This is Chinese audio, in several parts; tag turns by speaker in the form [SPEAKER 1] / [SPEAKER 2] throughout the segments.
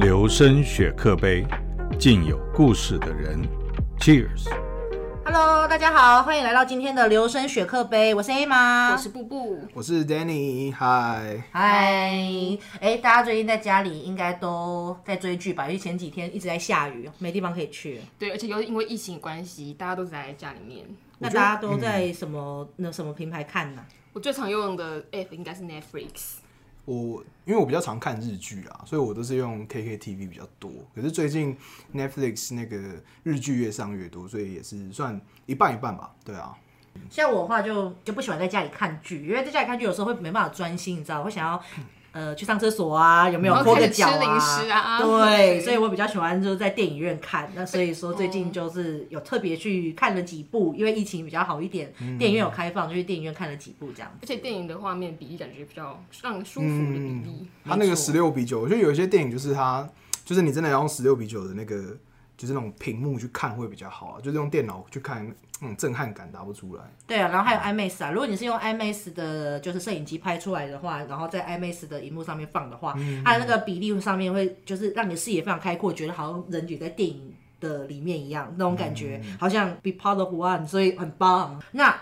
[SPEAKER 1] 求生雪克杯，敬有故事的人，Cheers。
[SPEAKER 2] Hello，大家好，欢迎来到今天的留声雪克杯，我是 A 妈，
[SPEAKER 3] 啊
[SPEAKER 4] 我是布布，
[SPEAKER 3] 我是 Danny，嗨，
[SPEAKER 2] 嗨，哎，大家最近在家里应该都在追剧吧？因为前几天一直在下雨，没地方可以去。
[SPEAKER 4] 对，而且又因为疫情的关系，大家都宅在家里面。
[SPEAKER 2] 那大家都
[SPEAKER 4] 嗯
[SPEAKER 2] 在什么、那什么平台看呢、
[SPEAKER 4] 我最常用的 app 应该是 Netflix，
[SPEAKER 3] 我因为我比较常看日剧啦，所以我都是用 KKTV 比较多。可是最近 Netflix 那个日剧越上越多，所以也是算一半一半吧。对啊，
[SPEAKER 2] 像我的话就就不喜欢在家里看剧，因为在家里看剧有时候会没办法专心，你知道，会想要呃去上厕所啊，有没有
[SPEAKER 4] 然后
[SPEAKER 2] 拖个
[SPEAKER 4] 开始
[SPEAKER 2] 脚
[SPEAKER 4] 吃零食啊
[SPEAKER 2] 对，
[SPEAKER 4] 对
[SPEAKER 2] 所以我比较喜欢就是在电影院看。那所以说最
[SPEAKER 4] 哦
[SPEAKER 2] 近就是有特别去看了几部，因为疫情比较好一点，电影院有开放，就去电影院看了几部这样子。
[SPEAKER 4] 而且电影的画面比例感觉比较让人舒服的比例。
[SPEAKER 3] 嗯它那个十六比九，我觉得有一些电影就是它，就是你真的要用十六比九的那个，就是那种屏幕去看会比较好啊，就是用电脑去看，那种震撼感打不出来。
[SPEAKER 2] 对啊，然后还有 IMAX 啊，如果你是用 IMAX 的，就是摄影机拍出来的话，然后在 IMAX 的荧幕上面放的话，
[SPEAKER 3] 嗯
[SPEAKER 2] 它的那个比例上面会就是让你视野非常开阔，觉得好像人也在电影的里面一样，那种感
[SPEAKER 3] 嗯
[SPEAKER 2] 觉、好像 be part of one，所以很棒。那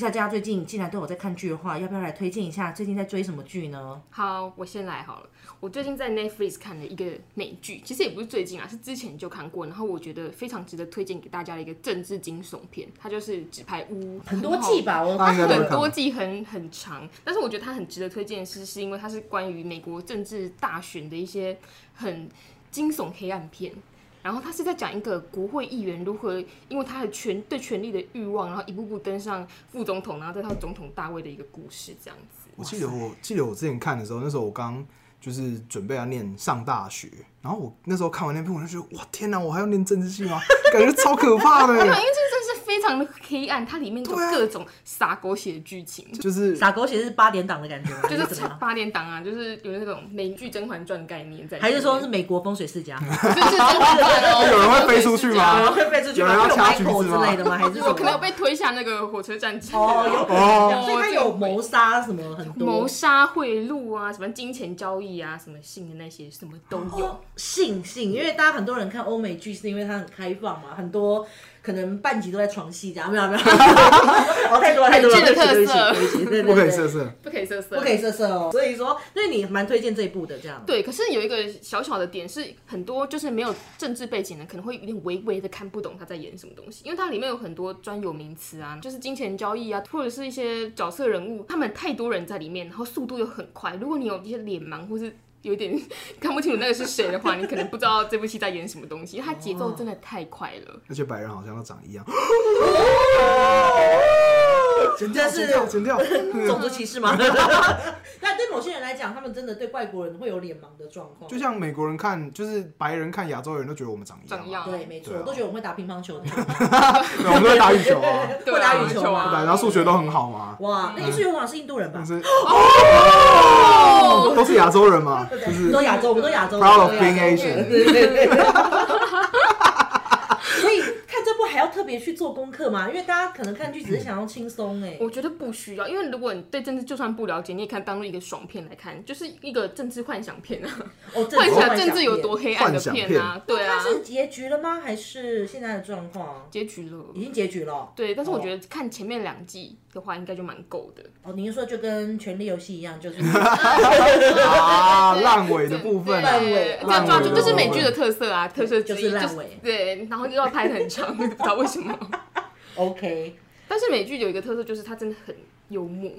[SPEAKER 2] 大家最近既然都有在看剧的话，要不要来推荐一下最近在追什么剧呢？
[SPEAKER 4] 好，我先来好了。我最近在 Netflix 看了一个美剧，其实也不是最近啊，是之前就看过，然后我觉得非常值得推荐给大家的一个政治惊悚片，它就是《纸牌屋》，
[SPEAKER 2] 很多季吧，我
[SPEAKER 3] 大家都
[SPEAKER 4] 很
[SPEAKER 3] 看
[SPEAKER 4] 多季很很长，但是我觉得它很值得推荐的是，是因为它是关于美国政治大选的一些很惊悚黑暗片。然后它是在讲一个国会议员如何因为他的权对权力的欲望，然后一步步登上副总统，然后再到总统大位的一个故事，这样子。
[SPEAKER 3] 我记得我记得我之前看的时候，那时候我刚就是准备要念上大学，然后我那时候看完那部，我就觉得哇天哪，我还要念政治系吗？感觉超可怕
[SPEAKER 4] 对啊，因
[SPEAKER 3] 的，欸
[SPEAKER 4] 为这真的是非常的黑暗，它里面有
[SPEAKER 3] 对啊
[SPEAKER 4] 各种撒狗血的剧情，
[SPEAKER 3] 就 是
[SPEAKER 2] 傻狗血是八点档的感觉吗？
[SPEAKER 4] 就
[SPEAKER 2] 还是
[SPEAKER 4] 是
[SPEAKER 2] 怎么样？
[SPEAKER 4] 八点档啊，就是有那种美剧《甄嬛传》的概念在里面，
[SPEAKER 2] 还是说是美国风水世家？
[SPEAKER 4] 就是《甄嬛传》哦？
[SPEAKER 3] 有人会飞出去吗
[SPEAKER 2] 有人 会被出去吗？
[SPEAKER 3] 有人要掐
[SPEAKER 2] 开
[SPEAKER 3] 橘子
[SPEAKER 2] 口之
[SPEAKER 3] 吗
[SPEAKER 2] 类的吗？还是
[SPEAKER 4] 我可能有
[SPEAKER 2] 什么
[SPEAKER 4] 被推下那个火车站之类的
[SPEAKER 2] 哦，有可能这样，
[SPEAKER 4] 哦
[SPEAKER 2] 所以它有谋杀什么很多
[SPEAKER 4] 谋杀、贿赂啊，什么金钱交易啊，什么性的那些，什么都
[SPEAKER 2] 哦
[SPEAKER 4] 有。
[SPEAKER 2] 性性，因为大家很多人看欧美剧是因为它很开放嘛，很多可能半集都在床戏这样，没有没有，哦太多了太多了，
[SPEAKER 4] 美剧的
[SPEAKER 2] 对不起
[SPEAKER 4] 特色
[SPEAKER 2] 对不起对不起对
[SPEAKER 3] 不
[SPEAKER 2] 对
[SPEAKER 3] 可以
[SPEAKER 2] 对，
[SPEAKER 3] 色色。
[SPEAKER 4] 不可以色色，
[SPEAKER 2] 不可以色色哦，所以说，所以你蛮推荐这一部的这样，
[SPEAKER 4] 对，可是有一个小小的点是，很多就是没有政治背景的，可能会有点微微的看不懂他在演什么东西，因为它里面有很多专有名词啊，就是金钱交易啊，或者是一些角色人物，他们太多人在里面，然后速度又很快。如果你有一些脸盲或是有点 看不清楚那个是谁的话，你可能不知道这部戏在演什么东西，因为它节奏
[SPEAKER 2] 哦
[SPEAKER 4] 真的太快了。
[SPEAKER 3] 而且白人好像都长一样，剪
[SPEAKER 2] 但
[SPEAKER 3] 掉，
[SPEAKER 2] 是
[SPEAKER 3] 剪掉，剪掉。
[SPEAKER 2] 种族歧视吗？ 那对某些人来讲，他们真的对外国人会有脸盲的状况
[SPEAKER 3] 就。像美国人看，就是白人看亚洲人都觉得我们长一样
[SPEAKER 4] 长一样
[SPEAKER 3] 啊，
[SPEAKER 2] 对，没错，
[SPEAKER 3] 对啊
[SPEAKER 2] 我都觉得我们会打乒乓球的，
[SPEAKER 3] 对，我们都在打羽球啊，对，
[SPEAKER 2] 会打羽球
[SPEAKER 4] 对啊
[SPEAKER 2] 吗？
[SPEAKER 3] 然后数学都很好嘛，
[SPEAKER 2] 哇，那艺术员往往是印度人吧
[SPEAKER 3] 但？是
[SPEAKER 2] 哦
[SPEAKER 3] 都是亚洲人嘛，就是
[SPEAKER 2] 都亚洲，我们都亚洲
[SPEAKER 3] Proud of
[SPEAKER 2] 我们都亚洲
[SPEAKER 3] being Asian
[SPEAKER 2] 对对对。所以看这部还要特别去做功课吗？因为大家可能看剧只是想要轻松哎。
[SPEAKER 4] 我觉得不需要，因为如果你对政治就算不了解，你也可以当做一个爽片来看，就是一个政治幻想片啊，
[SPEAKER 2] 哦，
[SPEAKER 4] 幻想
[SPEAKER 2] 想
[SPEAKER 4] 政治有多黑暗的啊，对
[SPEAKER 2] 它
[SPEAKER 4] 啊，
[SPEAKER 2] 是结局了吗？还是现在的状况？
[SPEAKER 4] 结局了。
[SPEAKER 2] 已经结局了。
[SPEAKER 4] 对，但是我觉得看前面两季的话，应该就蛮够的。
[SPEAKER 2] 哦，您说就跟《权力游戏》一样， 就是
[SPEAKER 3] 啊烂尾的部分啊，
[SPEAKER 2] 烂尾
[SPEAKER 4] 对，这抓
[SPEAKER 3] 烂尾
[SPEAKER 4] 住
[SPEAKER 3] 的
[SPEAKER 4] 这是美
[SPEAKER 3] 部
[SPEAKER 4] 剧
[SPEAKER 3] 分
[SPEAKER 4] 的特色啊，特色之
[SPEAKER 2] 就
[SPEAKER 4] 一
[SPEAKER 2] 是烂尾
[SPEAKER 4] 对，然后又要拍的很长， 不知道为什么。
[SPEAKER 2] OK。
[SPEAKER 4] 但是美剧有一个特色就是它真的很幽默，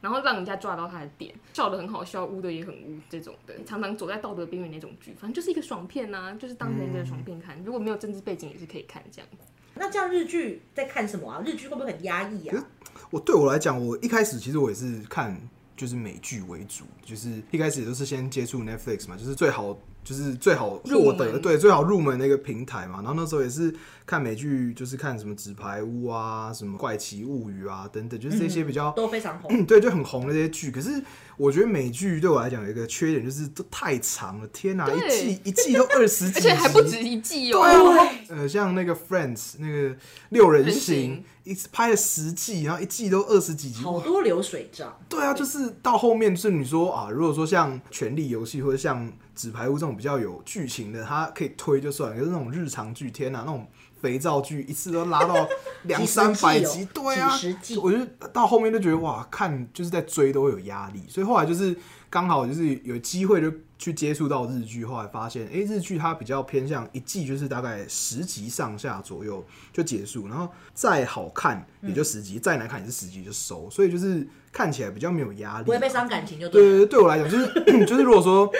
[SPEAKER 4] 然后让人家抓到它的点，笑的很好笑，污的也很污这种的，常常走在道德边缘那种剧，反正就是一个爽片呐、就是当成一个爽片看。如果没有政治背景也是可以看这样。
[SPEAKER 2] 那这样日剧在看什么啊？日剧会不会很压抑啊？
[SPEAKER 3] 我对我来讲，我一开始其实我也是看就是美剧为主，就是一开始也都是先接触 Netflix 嘛，就是最好就是最好获
[SPEAKER 4] 入
[SPEAKER 3] 得
[SPEAKER 4] 门
[SPEAKER 3] 对最好入门的一个平台嘛。然后那时候也是看美剧，就是看什么《纸牌屋》啊、什么《怪奇物语》啊等等，就是这些比较
[SPEAKER 2] 都非常
[SPEAKER 4] 嗯
[SPEAKER 2] 红。
[SPEAKER 3] 对，就很红的这些剧。可是我觉得美剧对我来讲有一个缺点，就是都太长了，天哪、一
[SPEAKER 4] 对
[SPEAKER 3] 季一季都 二十几集，啊
[SPEAKER 4] 而且还不止一季哦、
[SPEAKER 3] 呃，像那个 Friends 那个六人
[SPEAKER 4] 人
[SPEAKER 3] 行
[SPEAKER 4] 行，
[SPEAKER 3] 一次拍了十季，然后一季都二十几集，
[SPEAKER 2] 好多流水账。
[SPEAKER 3] 对啊，就是到后面就是你说啊，如果说像《权力游戏》或者像《纸牌屋》这种比较有剧情的，它可以推就算了，可是那种日常剧，天啊，那种肥皂剧一次都拉到两
[SPEAKER 2] 几十
[SPEAKER 3] 三百
[SPEAKER 2] 季哦
[SPEAKER 3] 集，对啊，
[SPEAKER 2] 几十季
[SPEAKER 3] 我就到后面就觉得哇，看就是在追都会有压力，所以后来就是刚好就是有机会就去接触到日剧，后来发现哎、诶日剧它比较偏向一季就是大概十集上下左右就结束，然后再好看也就十集，再难看也是十集就收，所以就是看起来比较没有压力，
[SPEAKER 2] 不会被伤感情就
[SPEAKER 3] 对
[SPEAKER 2] 对了。
[SPEAKER 3] 对对，对我来讲就是就是， 如果说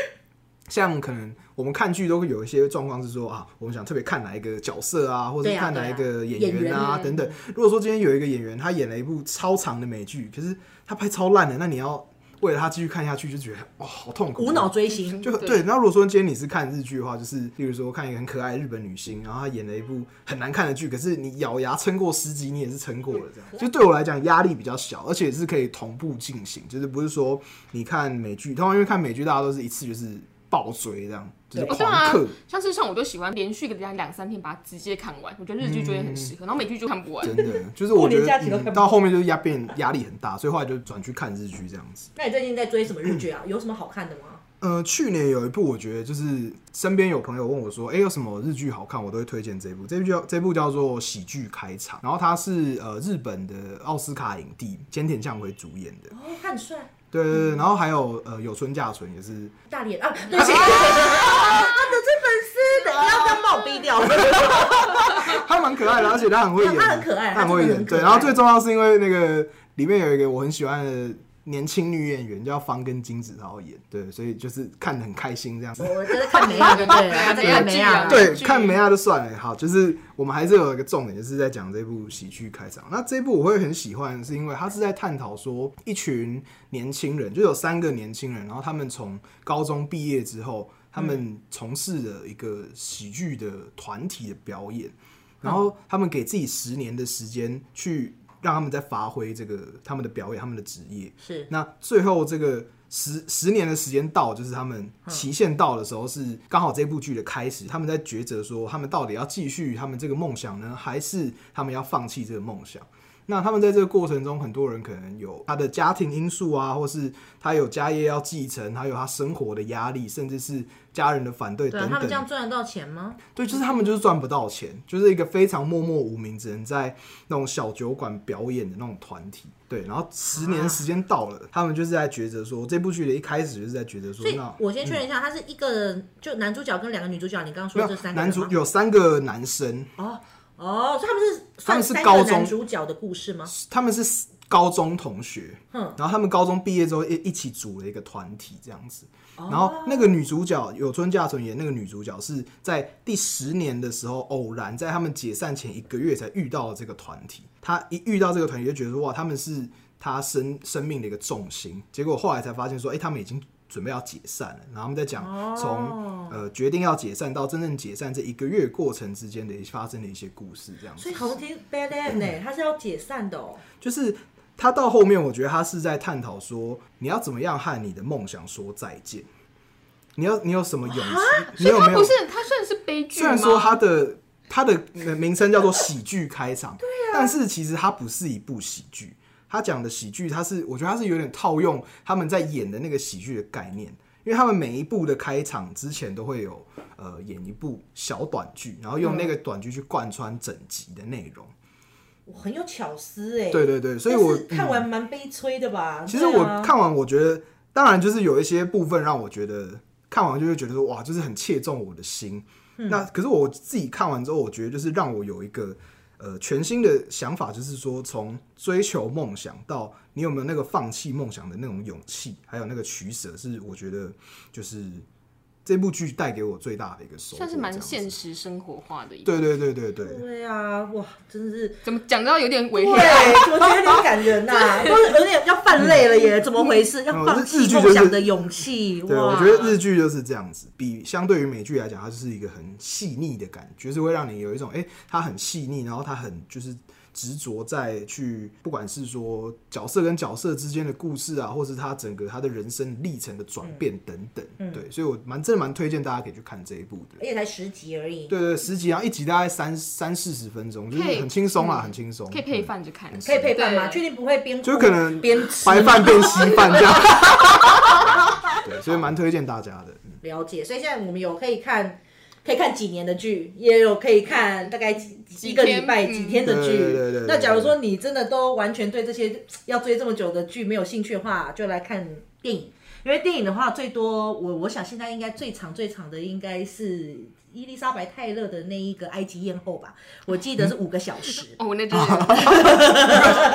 [SPEAKER 3] 像可能我们看剧都会有一些状况是说啊，我们想特别看哪一个角色啊，或者
[SPEAKER 2] 对
[SPEAKER 3] 是
[SPEAKER 2] 啊
[SPEAKER 3] 看
[SPEAKER 2] 对啊
[SPEAKER 3] 哪一个演
[SPEAKER 2] 演
[SPEAKER 3] 员
[SPEAKER 2] 员
[SPEAKER 3] 啊
[SPEAKER 2] 嗯
[SPEAKER 3] 等等。如果说今天有一个演员他演了一部超长的美剧，可是他拍超烂的，那你要为了他继续看下去，就觉得哇、好痛苦，啊
[SPEAKER 2] 无脑追星，
[SPEAKER 3] 就对。那如果说今天你是看日剧的话，就是例如说看一个很可爱的日本女星，然后她演了一部很难看的剧，可是你咬牙撑过十集，你也是撑过了这样。就对我来讲压力比较小，而且是可以同步进行，就是不是说你看美剧，通常因为看美剧大家都是一次就是爆追这样，就是
[SPEAKER 4] 哦
[SPEAKER 3] 狂
[SPEAKER 4] 对啊
[SPEAKER 3] 嗑。，
[SPEAKER 4] 像是像我就喜欢连续给大家两三天把它直接看完，我觉得日剧就会很适
[SPEAKER 3] 嗯
[SPEAKER 4] 合，然后美剧就看不完。
[SPEAKER 3] 真的，就是我觉
[SPEAKER 2] 过年
[SPEAKER 3] 得、
[SPEAKER 2] 假期都看不
[SPEAKER 3] 嗯、到后面就是压变压力很大，所以后来就转去看日剧这样子。
[SPEAKER 2] 那你最近在追什么日剧啊？有什么好看的吗？
[SPEAKER 3] 呃，去年有一部，我觉得就是身边有朋友问我说，哎、有什么日剧好看，我都会推荐这一部。这部叫这部叫做《喜剧开场》，然后它是呃日本的奥斯卡影帝菅田将晖主演的，
[SPEAKER 2] 哦，他很帅，
[SPEAKER 3] 对对
[SPEAKER 2] 嗯
[SPEAKER 3] 对，然后还有呃有村架纯也是，
[SPEAKER 2] 大脸啊！ 对不起，啊他的真粉丝，等一下他把我逼掉。
[SPEAKER 3] 他蛮可爱的，而且他很会演，
[SPEAKER 2] 他很可爱
[SPEAKER 3] 他很会
[SPEAKER 2] 他真的
[SPEAKER 3] 演。
[SPEAKER 2] 很可
[SPEAKER 3] 对，
[SPEAKER 2] 爱
[SPEAKER 3] 然后最重要是因为那个里面有一个我很喜欢的年轻女演员叫方根金子，然后演，对，所以就是看得很开心这样子。
[SPEAKER 2] 我觉得看梅亚就对了，他在看梅亚。
[SPEAKER 3] 对，
[SPEAKER 4] 剧
[SPEAKER 3] 看梅亚就算了。好，就是我们还是有一个重点，就是在讲这部喜剧开场。那这部我会很喜欢，是因为它是在探讨说一群年轻人，就有三个年轻人，然后他们从高中毕业之后，他们从事了一个喜剧的团体的表演，然后他们给自己十年的时间去让他们在发挥这个他们的表演，他们的职业。
[SPEAKER 2] 是
[SPEAKER 3] 那最后这个十十年的时间到，就是他们期限到的时候，是刚好这部剧的开始。他们在抉择说，他们到底要继续他们这个梦想呢，还是他们要放弃这个梦想？那他们在这个过程中，很多人可能有他的家庭因素啊，或是他有家业要继承，还有他生活的压力，甚至是家人的反对
[SPEAKER 2] 对
[SPEAKER 3] 等
[SPEAKER 2] 啊，
[SPEAKER 3] 等。
[SPEAKER 2] 他们这样赚得到钱吗？
[SPEAKER 3] 对，就是他们就是赚不到钱，就是一个非常默默无名，只能在那种小酒馆表演的那种团体。对，然后十
[SPEAKER 2] 啊
[SPEAKER 3] 年时间到了，他们就是在抉择说，这部剧的一开始就是在抉择说
[SPEAKER 2] 所，以
[SPEAKER 3] 那
[SPEAKER 2] 我先确认一下，他是一个人，就男主角跟两个女主角，你刚刚
[SPEAKER 3] 嗯
[SPEAKER 2] 说
[SPEAKER 3] 没有
[SPEAKER 2] 这三个人
[SPEAKER 3] 男主
[SPEAKER 2] 吗
[SPEAKER 3] 有三个男生，
[SPEAKER 2] 哦，所以他们是
[SPEAKER 3] 他
[SPEAKER 2] 算
[SPEAKER 3] 们是
[SPEAKER 2] 三
[SPEAKER 3] 高
[SPEAKER 2] 个
[SPEAKER 3] 中
[SPEAKER 2] 男主角的故事吗？
[SPEAKER 3] 他们是高中同学，
[SPEAKER 2] 哼
[SPEAKER 3] 然后他们高中毕业之后一一起组了一个团体这样子。然后那个女主角有村架纯演那个女主角是在第十年的时候偶然在他们解散前一个月才遇到了这个团体，她一遇到这个团体就觉得说哇他们是她生生命的一个重心，结果后来才发现说哎、他们已经。准备要解散了，然后他们在讲
[SPEAKER 2] 哦
[SPEAKER 3] 从呃决定要解散到真正解散这一个月过程之间的一发生的一些故事，这样子。
[SPEAKER 2] 所以好像挺 bad end 呢，他是要解散的哦。
[SPEAKER 3] 就是他到后面，我觉得他是在探讨说，你要怎么样和你的梦想说再见，你要你有什么勇气？你有
[SPEAKER 4] 它
[SPEAKER 3] 没
[SPEAKER 4] 不
[SPEAKER 3] 有
[SPEAKER 4] 是？，它算是悲剧
[SPEAKER 3] 虽
[SPEAKER 4] 吗？
[SPEAKER 3] 然说它的它的呃名称叫做喜剧开场，对啊，但是其实它不是一部喜剧。他讲的喜剧，它是我觉得它是有点套用他们在演的那个喜剧的概念，因为他们每一部的开场之前都会有呃演一部小短剧，然后用那个短剧去贯穿整集的内容。
[SPEAKER 2] 我很有巧思哎。
[SPEAKER 3] 对对对，所以
[SPEAKER 2] 但
[SPEAKER 3] 我嗯
[SPEAKER 2] 是看完蛮悲催的吧？
[SPEAKER 3] 其实
[SPEAKER 2] 对
[SPEAKER 3] 我
[SPEAKER 2] 啊
[SPEAKER 3] 看完，我觉得当然就是有一些部分让我觉得看完就会觉得说哇，就是很切中我的心。
[SPEAKER 4] 嗯
[SPEAKER 3] 那可是我自己看完之后，我觉得就是让我有一个呃全新的想法，就是说从追求梦想到你有没有那个放弃梦想的那种勇气，还有那个取舍，是我觉得就是这部剧带给我最大的一个收获。
[SPEAKER 4] 算是蛮
[SPEAKER 3] 这样子
[SPEAKER 4] 现实生活化的一个。
[SPEAKER 3] 对对对对对。
[SPEAKER 2] 对啊，哇，真的是。
[SPEAKER 4] 怎么讲到有点违和？
[SPEAKER 2] 对，我觉得有点感人呐、都是有点要泛泪了耶，怎么回事？要
[SPEAKER 3] 嗯
[SPEAKER 2] 放
[SPEAKER 3] 日
[SPEAKER 2] 弃
[SPEAKER 3] 剧就
[SPEAKER 2] 梦
[SPEAKER 3] 是
[SPEAKER 2] 想的勇气，
[SPEAKER 3] 对，
[SPEAKER 2] 哇
[SPEAKER 3] 我觉得日剧就是这样子，比相对于美剧来讲，它就是一个很细腻的感觉，就是会让你有一种哎、诶它很细腻，然后它很就是执着在去，不管是说角色跟角色之间的故事啊，或是他整个他的人生历程的转
[SPEAKER 4] 嗯
[SPEAKER 3] 变等等。对，所以我蛮真的蛮推荐大家可以去看这一部的。
[SPEAKER 2] 而且才十集而已，
[SPEAKER 3] 对对，十集啊，一集大概三三四十分钟，就是
[SPEAKER 4] 可以
[SPEAKER 3] 很轻松啦，很轻松。
[SPEAKER 4] 嗯可以配饭着看。
[SPEAKER 2] 可以配饭吗？
[SPEAKER 4] 对
[SPEAKER 2] 确定不会边哭
[SPEAKER 3] 就可能
[SPEAKER 2] 边吃
[SPEAKER 3] 白饭变稀饭这样。 对，所以蛮推荐大家的。嗯
[SPEAKER 2] 了解，所以现在我们有可以看，可以看几年的剧，也有可以看大概几一个礼拜
[SPEAKER 4] 天
[SPEAKER 2] 几天的剧。
[SPEAKER 3] 对对对对对
[SPEAKER 2] 那假如说你真的都完全对这些要追这么久的剧没有兴趣的话，就来看电影。因为电影的话，最多我我想现在应该最长最长的应该是伊丽莎白泰勒的那一个埃及艳后吧，我记得是五个小时。
[SPEAKER 4] 哦，那 就是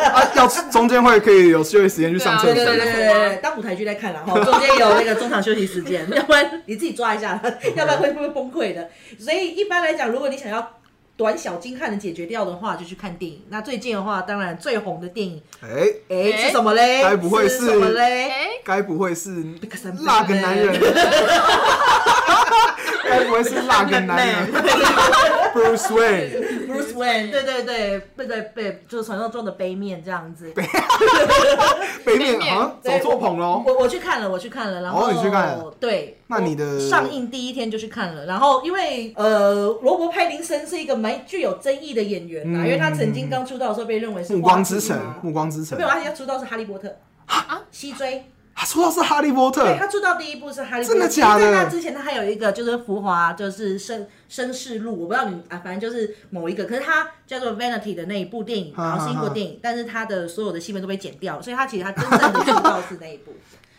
[SPEAKER 3] 啊，要中间会可以有休息时间去上厕
[SPEAKER 2] 对
[SPEAKER 3] 所。
[SPEAKER 2] 对啊对
[SPEAKER 4] 对对
[SPEAKER 2] 对
[SPEAKER 4] 对
[SPEAKER 2] 对对，当舞台剧在看了哈，中间有那个中场休息时 间，要不然你自己抓一 下，要不然会会崩溃的。所以一般来讲，如果你想要短小精悍的解决掉的话，就去看电影。那最近的话，当然最红的电影，
[SPEAKER 3] 哎，
[SPEAKER 2] 哎、
[SPEAKER 4] 哎
[SPEAKER 2] 是什么嘞？
[SPEAKER 3] 该不会是
[SPEAKER 2] 什么嘞？
[SPEAKER 4] 哎，
[SPEAKER 3] 该不会是
[SPEAKER 2] 什么
[SPEAKER 3] 那个 男人？该不会是那个男人？Bruce Wayne，
[SPEAKER 2] Bruce Wayne，对对对，被对被就是传说中的杯面这样子。
[SPEAKER 3] 北面
[SPEAKER 4] 北面
[SPEAKER 3] 啊，走错棚喽。
[SPEAKER 2] 我我去看了，我去看了，然后、
[SPEAKER 3] 哦你去看了
[SPEAKER 2] 对，
[SPEAKER 3] 那你的
[SPEAKER 2] 我上映第一天就去看了，然后因为呃，罗伯·派林森是一个蛮具有争议的演员呐、
[SPEAKER 3] 嗯
[SPEAKER 2] 因为他曾经刚出道的时候被认为是
[SPEAKER 3] 暮光之城
[SPEAKER 2] 花痴嘛，
[SPEAKER 3] 暮光之城
[SPEAKER 2] 没有，，他要出道是《哈利波特》啊，西追。
[SPEAKER 3] 他说到是哈利波
[SPEAKER 2] 对
[SPEAKER 3] 特，
[SPEAKER 2] 他出道第一部是《哈利波特》，
[SPEAKER 3] 真的假的
[SPEAKER 2] 在那之前，他还有一个就是《浮华》，就是《绅绅士录》，我不知道你啊，反正就是某一个。可是他叫做《Vanity》的那一部电影，
[SPEAKER 3] 哈哈哈
[SPEAKER 2] 然后是英国电影，但是他的所有的戏份都被剪掉，所以他其实他真正的出道是那一部。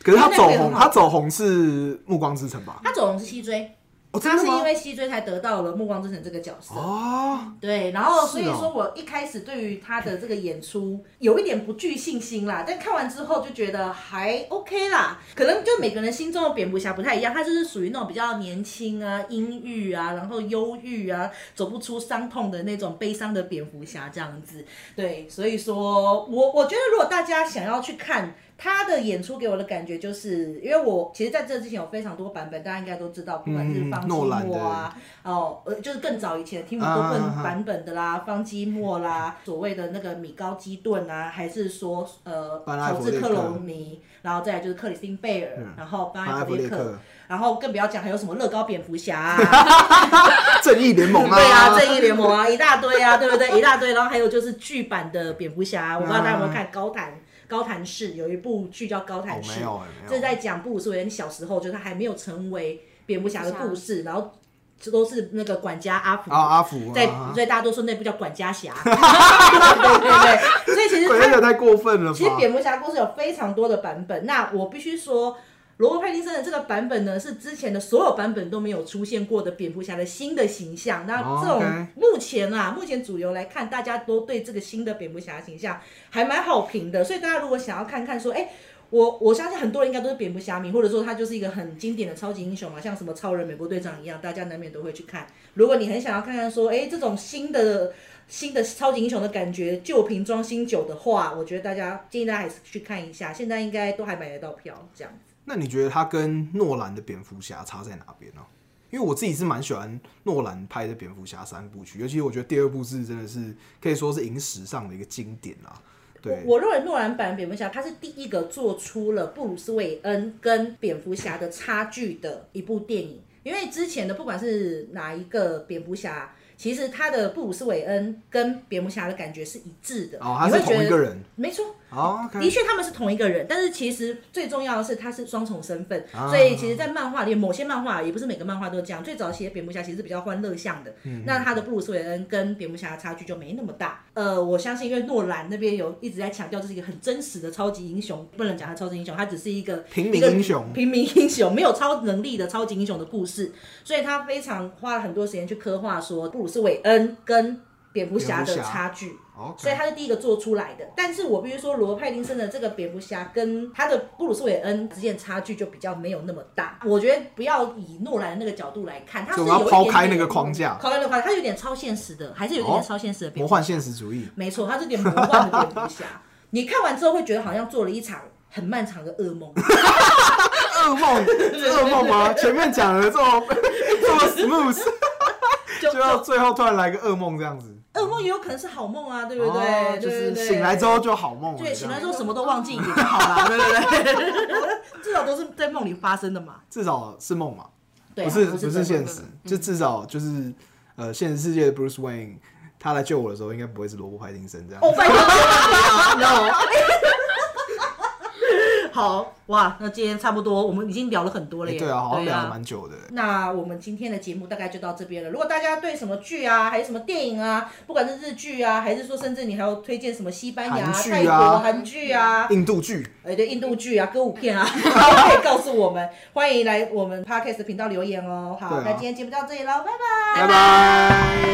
[SPEAKER 3] 可是他走
[SPEAKER 2] 那个很
[SPEAKER 3] 红，
[SPEAKER 2] 好
[SPEAKER 3] 他走红是暮光之城吧？
[SPEAKER 2] 他走红是西追，
[SPEAKER 3] 哦，真
[SPEAKER 2] 他
[SPEAKER 3] 的
[SPEAKER 2] 是因
[SPEAKER 3] 吗？
[SPEAKER 2] 为西追才得到了《暮光之城》这个角色。
[SPEAKER 3] 哦，
[SPEAKER 2] 对，然后
[SPEAKER 3] 是
[SPEAKER 2] 所以
[SPEAKER 3] 哦
[SPEAKER 2] 说我一开始对于他的这个演出有一点不具信心啦，但看完之后就觉得还 OK 啦。可能就每个人心中的蝙蝠侠不太一样，他就是属于那种比较年轻啊、阴郁啊，然后忧郁啊，走不出伤痛的那种悲伤的蝙蝠侠这样子。对，所以说我我觉得如果大家想要去看。他的演出给我的感觉就是，因为我其实在这之前有非常多版本，大家应该都知道，不管是
[SPEAKER 3] 嗯
[SPEAKER 2] 方
[SPEAKER 3] 诺
[SPEAKER 2] 清
[SPEAKER 3] 兰
[SPEAKER 2] 墨
[SPEAKER 3] 的
[SPEAKER 2] 啊，哦，呃，就是更早以前的 Tim Burton 版本的啦，方基莫啦，所谓的那个米高基顿啊，还是说呃，
[SPEAKER 3] 班艾
[SPEAKER 2] 乔
[SPEAKER 3] 弗
[SPEAKER 2] 治
[SPEAKER 3] 列
[SPEAKER 2] 克
[SPEAKER 3] 克
[SPEAKER 2] 隆尼，然后再来就是克里斯汀贝尔，然后班
[SPEAKER 3] 班
[SPEAKER 2] 艾
[SPEAKER 3] 艾
[SPEAKER 2] 弗
[SPEAKER 3] 弗
[SPEAKER 2] 列
[SPEAKER 3] 列
[SPEAKER 2] 克
[SPEAKER 3] 克，
[SPEAKER 2] 然后更不要讲还有什么乐高蝙蝠侠啊，
[SPEAKER 3] 正义联盟 啊，
[SPEAKER 2] 对 啊，正义联盟啊，一大堆啊，对不对？一大堆，然后还有就是剧版的蝙蝠侠，啊我不知道大家有没有看高谭。高谭市有一部剧叫《高谭
[SPEAKER 3] 哦
[SPEAKER 2] 市
[SPEAKER 3] 没》，有哎没有
[SPEAKER 2] 这是在讲布鲁斯韦恩小时候，就是他还没有成为蝙蝠侠的故事，然后这都是那个管家阿福
[SPEAKER 3] 啊，阿福啊
[SPEAKER 2] 在
[SPEAKER 3] 啊
[SPEAKER 2] 所以大家都说那部叫管家侠， 对对对对，所以其实
[SPEAKER 3] 鬼
[SPEAKER 2] 他
[SPEAKER 3] 那个太过分了吧？
[SPEAKER 2] 其实蝙蝠侠故事有非常多的版本，那我必须说。罗伯·派丁森的这个版本呢，是之前的所有版本都没有出现过的蝙蝠侠的新的形象。那
[SPEAKER 3] 哦
[SPEAKER 2] 这种
[SPEAKER 3] OK
[SPEAKER 2] 目前啊，目前主流来看，大家都对这个新的蝙蝠侠形象还蛮好评的。所以大家如果想要看看说，哎、我我相信很多人应该都是蝙蝠侠迷，或者说他就是一个很经典的超级英雄嘛，像什么超人、美国队长一样，大家难免都会去看。如果你很想要看看说，哎、这种新的新的超级英雄的感觉，旧瓶装新酒的话，我觉得大家建议大家还是去看一下，现在应该都还买得到票，这样子。
[SPEAKER 3] 那你觉得他跟诺兰的蝙蝠侠差在哪边呢、因为我自己是蛮喜欢诺兰拍的蝙蝠侠三部曲，尤其我觉得第二部是真的是可以说是影史上的一个经典啊。对，
[SPEAKER 2] 我认为诺兰版蝙蝠侠，他是第一个做出了布鲁斯韦恩跟蝙蝠侠的差距的一部电影，因为之前的不管是哪一个蝙蝠侠。其实他的布鲁斯韦恩跟蝙蝠侠的感觉是一致的，
[SPEAKER 3] 哦，他
[SPEAKER 2] 你会
[SPEAKER 3] 是
[SPEAKER 2] 觉
[SPEAKER 3] 同一个
[SPEAKER 2] 得
[SPEAKER 3] 人。
[SPEAKER 2] 没错，
[SPEAKER 3] 哦
[SPEAKER 2] 的
[SPEAKER 3] ，OK，
[SPEAKER 2] 确他们是同一个人，但是其实最重要的是他是双重身份，
[SPEAKER 3] 啊
[SPEAKER 2] 所以其实，在漫画里某些漫画也不是每个漫画都这样。最早写蝙蝠侠其实是比较欢乐向的，
[SPEAKER 3] 嗯
[SPEAKER 2] 那他的布鲁斯韦恩跟蝙蝠侠的差距就没那么大。呃，我相信因为诺兰那边有一直在强调这是一个很真实的超级英雄，不能讲他超级英雄，他只是一个
[SPEAKER 3] 平
[SPEAKER 2] 一
[SPEAKER 3] 民
[SPEAKER 2] 个
[SPEAKER 3] 英雄
[SPEAKER 2] 平民英雄没有超能力的超级英雄的故事，所以他非常花了很多时间去刻画说布鲁斯韦恩跟蝙蝠侠的
[SPEAKER 3] 蝙蝠侠
[SPEAKER 2] 差距。所以
[SPEAKER 3] ，OK，
[SPEAKER 2] 他是第一个做出来的。但是我必须说，罗伯派丁森的这个蝙蝠侠跟他的布鲁斯韦恩之间的差距就比较没有那么大。我觉得不要以诺兰那个角度来看，他是
[SPEAKER 3] 所
[SPEAKER 2] 有
[SPEAKER 3] 以
[SPEAKER 2] 一
[SPEAKER 3] 我
[SPEAKER 2] 点
[SPEAKER 3] 要抛开那
[SPEAKER 2] 点
[SPEAKER 3] 个框架，
[SPEAKER 2] 抛开那个框架，他有点超现实的，还是有一点
[SPEAKER 3] 哦
[SPEAKER 2] 超现实的蝙
[SPEAKER 3] 魔
[SPEAKER 2] 蝠侠。
[SPEAKER 3] 幻现实主义。
[SPEAKER 2] 没错，他是有点魔幻的蝙蝠侠。 你看完之后会觉得好像做了一场很漫长的噩 梦。
[SPEAKER 3] 噩梦，是噩梦吗？前面讲的这么这么 smooth，
[SPEAKER 2] 就
[SPEAKER 3] 就到
[SPEAKER 2] 就
[SPEAKER 3] 最后突然来个噩梦这样子，
[SPEAKER 2] 噩梦也有可能是好梦啊，对不
[SPEAKER 3] 哦
[SPEAKER 2] 对？
[SPEAKER 3] 就是
[SPEAKER 2] 对对
[SPEAKER 3] 醒来之后就好梦了，
[SPEAKER 2] 对，醒来之
[SPEAKER 3] 后
[SPEAKER 2] 后什么都忘记 也就好 啦，
[SPEAKER 3] 啊
[SPEAKER 2] 对不对？至少都是在梦里发生的嘛。
[SPEAKER 3] 至少是梦嘛，
[SPEAKER 2] 对啊，
[SPEAKER 3] 不是
[SPEAKER 2] 不
[SPEAKER 3] 不
[SPEAKER 2] 真
[SPEAKER 3] 是
[SPEAKER 2] 的
[SPEAKER 3] 现实，就
[SPEAKER 2] 嗯
[SPEAKER 3] 至少就是呃现实世界的 Bruce Wayne，他来救我的时候应该不会是罗伯派丁森这样
[SPEAKER 2] 哦，。拜托，不啊要，no。好哇，那今天差不多，我们已经聊了很多了
[SPEAKER 3] 哎
[SPEAKER 2] 耶。
[SPEAKER 3] 对啊，好
[SPEAKER 2] 对
[SPEAKER 3] 像聊了
[SPEAKER 2] 啊
[SPEAKER 3] 蛮久的。哎
[SPEAKER 2] 那我们今天的节目大概就到这边了。如果大家对什么剧啊，还有什么电影啊，不管是日剧啊，还是说甚至你还有推荐什么西班牙、
[SPEAKER 3] 韩剧啊
[SPEAKER 2] 泰国韩剧啊，
[SPEAKER 3] 印度剧，
[SPEAKER 2] 哎对，印度剧啊、歌舞片啊，都可以告诉我们，欢迎来我们 podcast 频道留言哦。好，
[SPEAKER 3] 对啊
[SPEAKER 2] 那今天节目到这里喽，拜拜。
[SPEAKER 3] 拜拜。